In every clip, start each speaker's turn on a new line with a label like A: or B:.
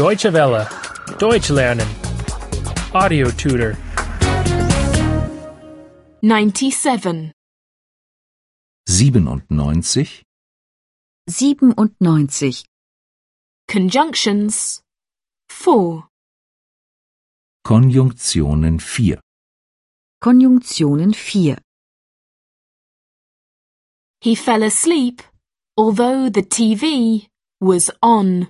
A: Deutsche Welle. Deutsch lernen. Audio tutor.
B: 97.
C: 97
D: 97.
B: Conjunctions. 4.
C: Konjunktionen 4.
D: Konjunktionen 4.
B: He fell asleep, although the TV was on.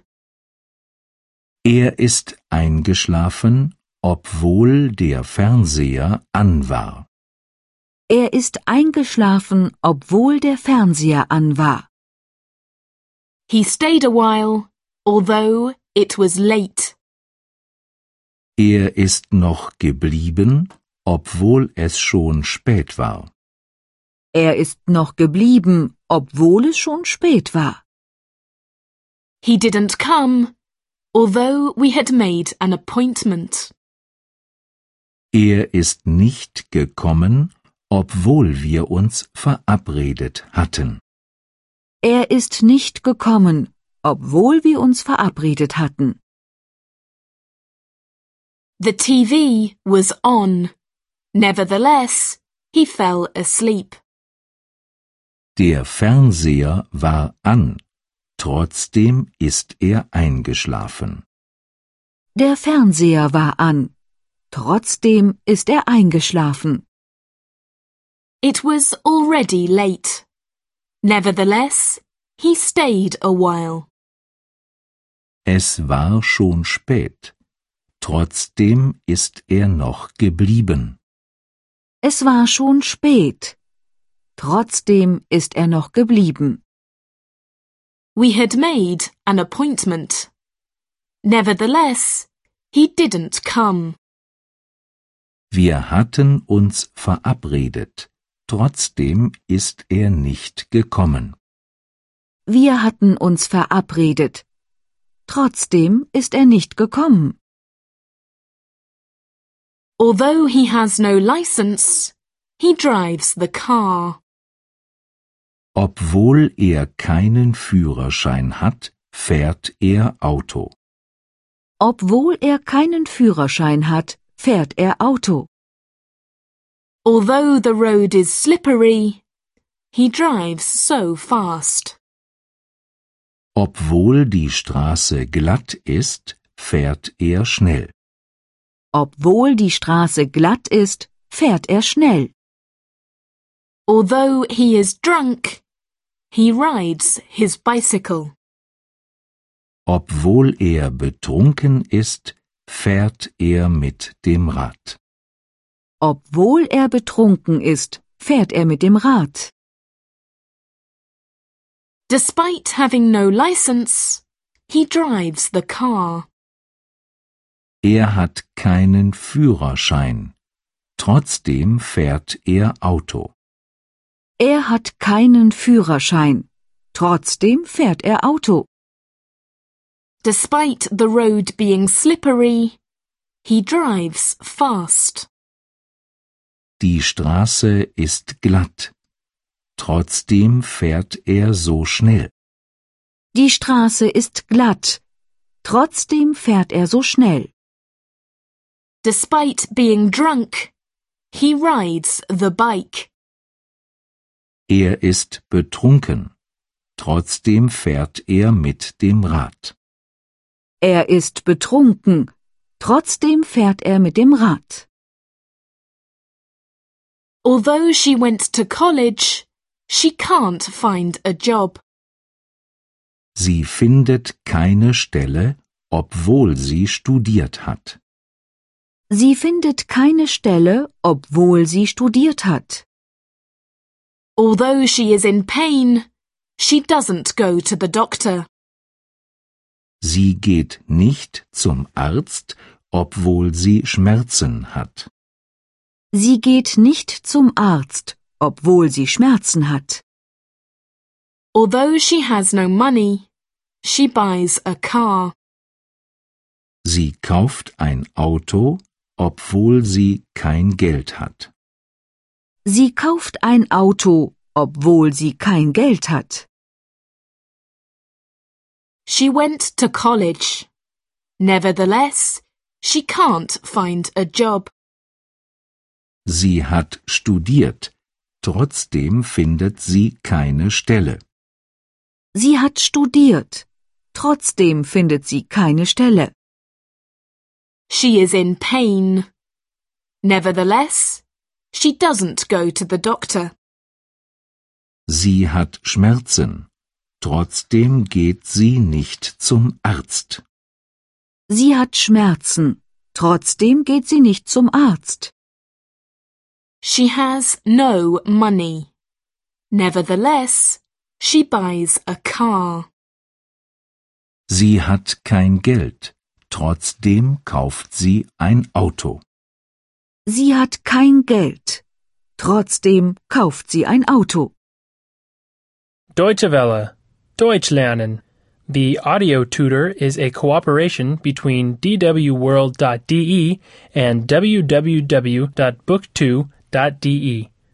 C: Er ist eingeschlafen, obwohl der Fernseher an war.
D: Er ist eingeschlafen, obwohl der Fernseher an war.
B: He stayed a while, although it was late.
C: Er ist noch geblieben, obwohl es schon spät war.
D: Er ist noch geblieben, obwohl es schon spät war.
B: He didn't come, although we had made an appointment.
C: Er ist nicht gekommen, obwohl wir uns verabredet hatten.
D: Er ist nicht gekommen, obwohl wir uns verabredet hatten.
B: The TV was on. Nevertheless, he fell asleep.
C: Der Fernseher war an, trotzdem ist er eingeschlafen.
D: Der Fernseher war an. Trotzdem ist er eingeschlafen.
B: It was already late. Nevertheless, he stayed a while.
C: Es war schon spät, trotzdem ist er noch geblieben.
D: Es war schon spät. Trotzdem ist er noch geblieben.
B: We had made an appointment. Nevertheless, he didn't come.
C: Wir hatten uns verabredet, trotzdem ist er nicht gekommen.
D: Wir hatten uns verabredet. Trotzdem ist er nicht gekommen.
B: Although he has no license, he drives the car.
C: Obwohl er keinen Führerschein hat, fährt er Auto.
D: Obwohl er keinen Führerschein hat, fährt er Auto.
B: Although the road is slippery, he drives so fast.
C: Obwohl die Straße glatt ist, fährt er schnell.
D: Obwohl die Straße glatt ist, fährt er schnell.
B: Although he is drunk, he rides his bicycle.
C: Obwohl er betrunken ist, fährt er mit dem Rad.
D: Obwohl er betrunken ist, fährt er mit dem Rad.
B: Despite having no license, he drives the car.
C: Er hat keinen Führerschein. Trotzdem fährt er Auto.
D: Er hat keinen Führerschein. Trotzdem fährt er Auto.
B: Despite the road being slippery, he drives fast.
C: Die Straße ist glatt. Trotzdem fährt er so schnell.
D: Die Straße ist glatt. Trotzdem fährt er so schnell.
B: Despite being drunk, he rides the bike.
C: Er ist betrunken. Trotzdem fährt er mit dem Rad.
D: Er ist betrunken. Trotzdem fährt er mit dem Rad.
B: Although she went to college, she can't find a job.
C: Sie findet keine Stelle, obwohl sie studiert hat.
D: Sie findet keine Stelle, obwohl sie studiert hat.
B: Although she is in pain, she doesn't go to the doctor.
C: Sie geht nicht zum Arzt, obwohl sie Schmerzen hat.
D: Sie geht nicht zum Arzt, obwohl sie Schmerzen hat.
B: Although she has no money, she buys a car.
C: Sie kauft ein Auto, obwohl sie kein Geld hat.
D: Sie kauft ein Auto, obwohl sie kein Geld hat.
B: She went to college. Nevertheless, she can't find a job.
C: Sie hat studiert. Trotzdem findet sie keine Stelle.
D: Sie hat studiert. Trotzdem findet sie keine Stelle.
B: She is in pain. Nevertheless, she doesn't go to the doctor.
C: Sie hat Schmerzen. Trotzdem geht sie nicht zum Arzt.
D: Sie hat Schmerzen. Trotzdem geht sie nicht zum Arzt.
B: She has no money. Nevertheless, she buys a car.
C: Sie hat kein Geld. Trotzdem kauft sie ein Auto.
D: Sie hat kein Geld. Trotzdem kauft sie ein Auto.
A: Deutsche Welle. Deutsch lernen. The audio tutor is a cooperation between E dwworld.de and www.book2.de.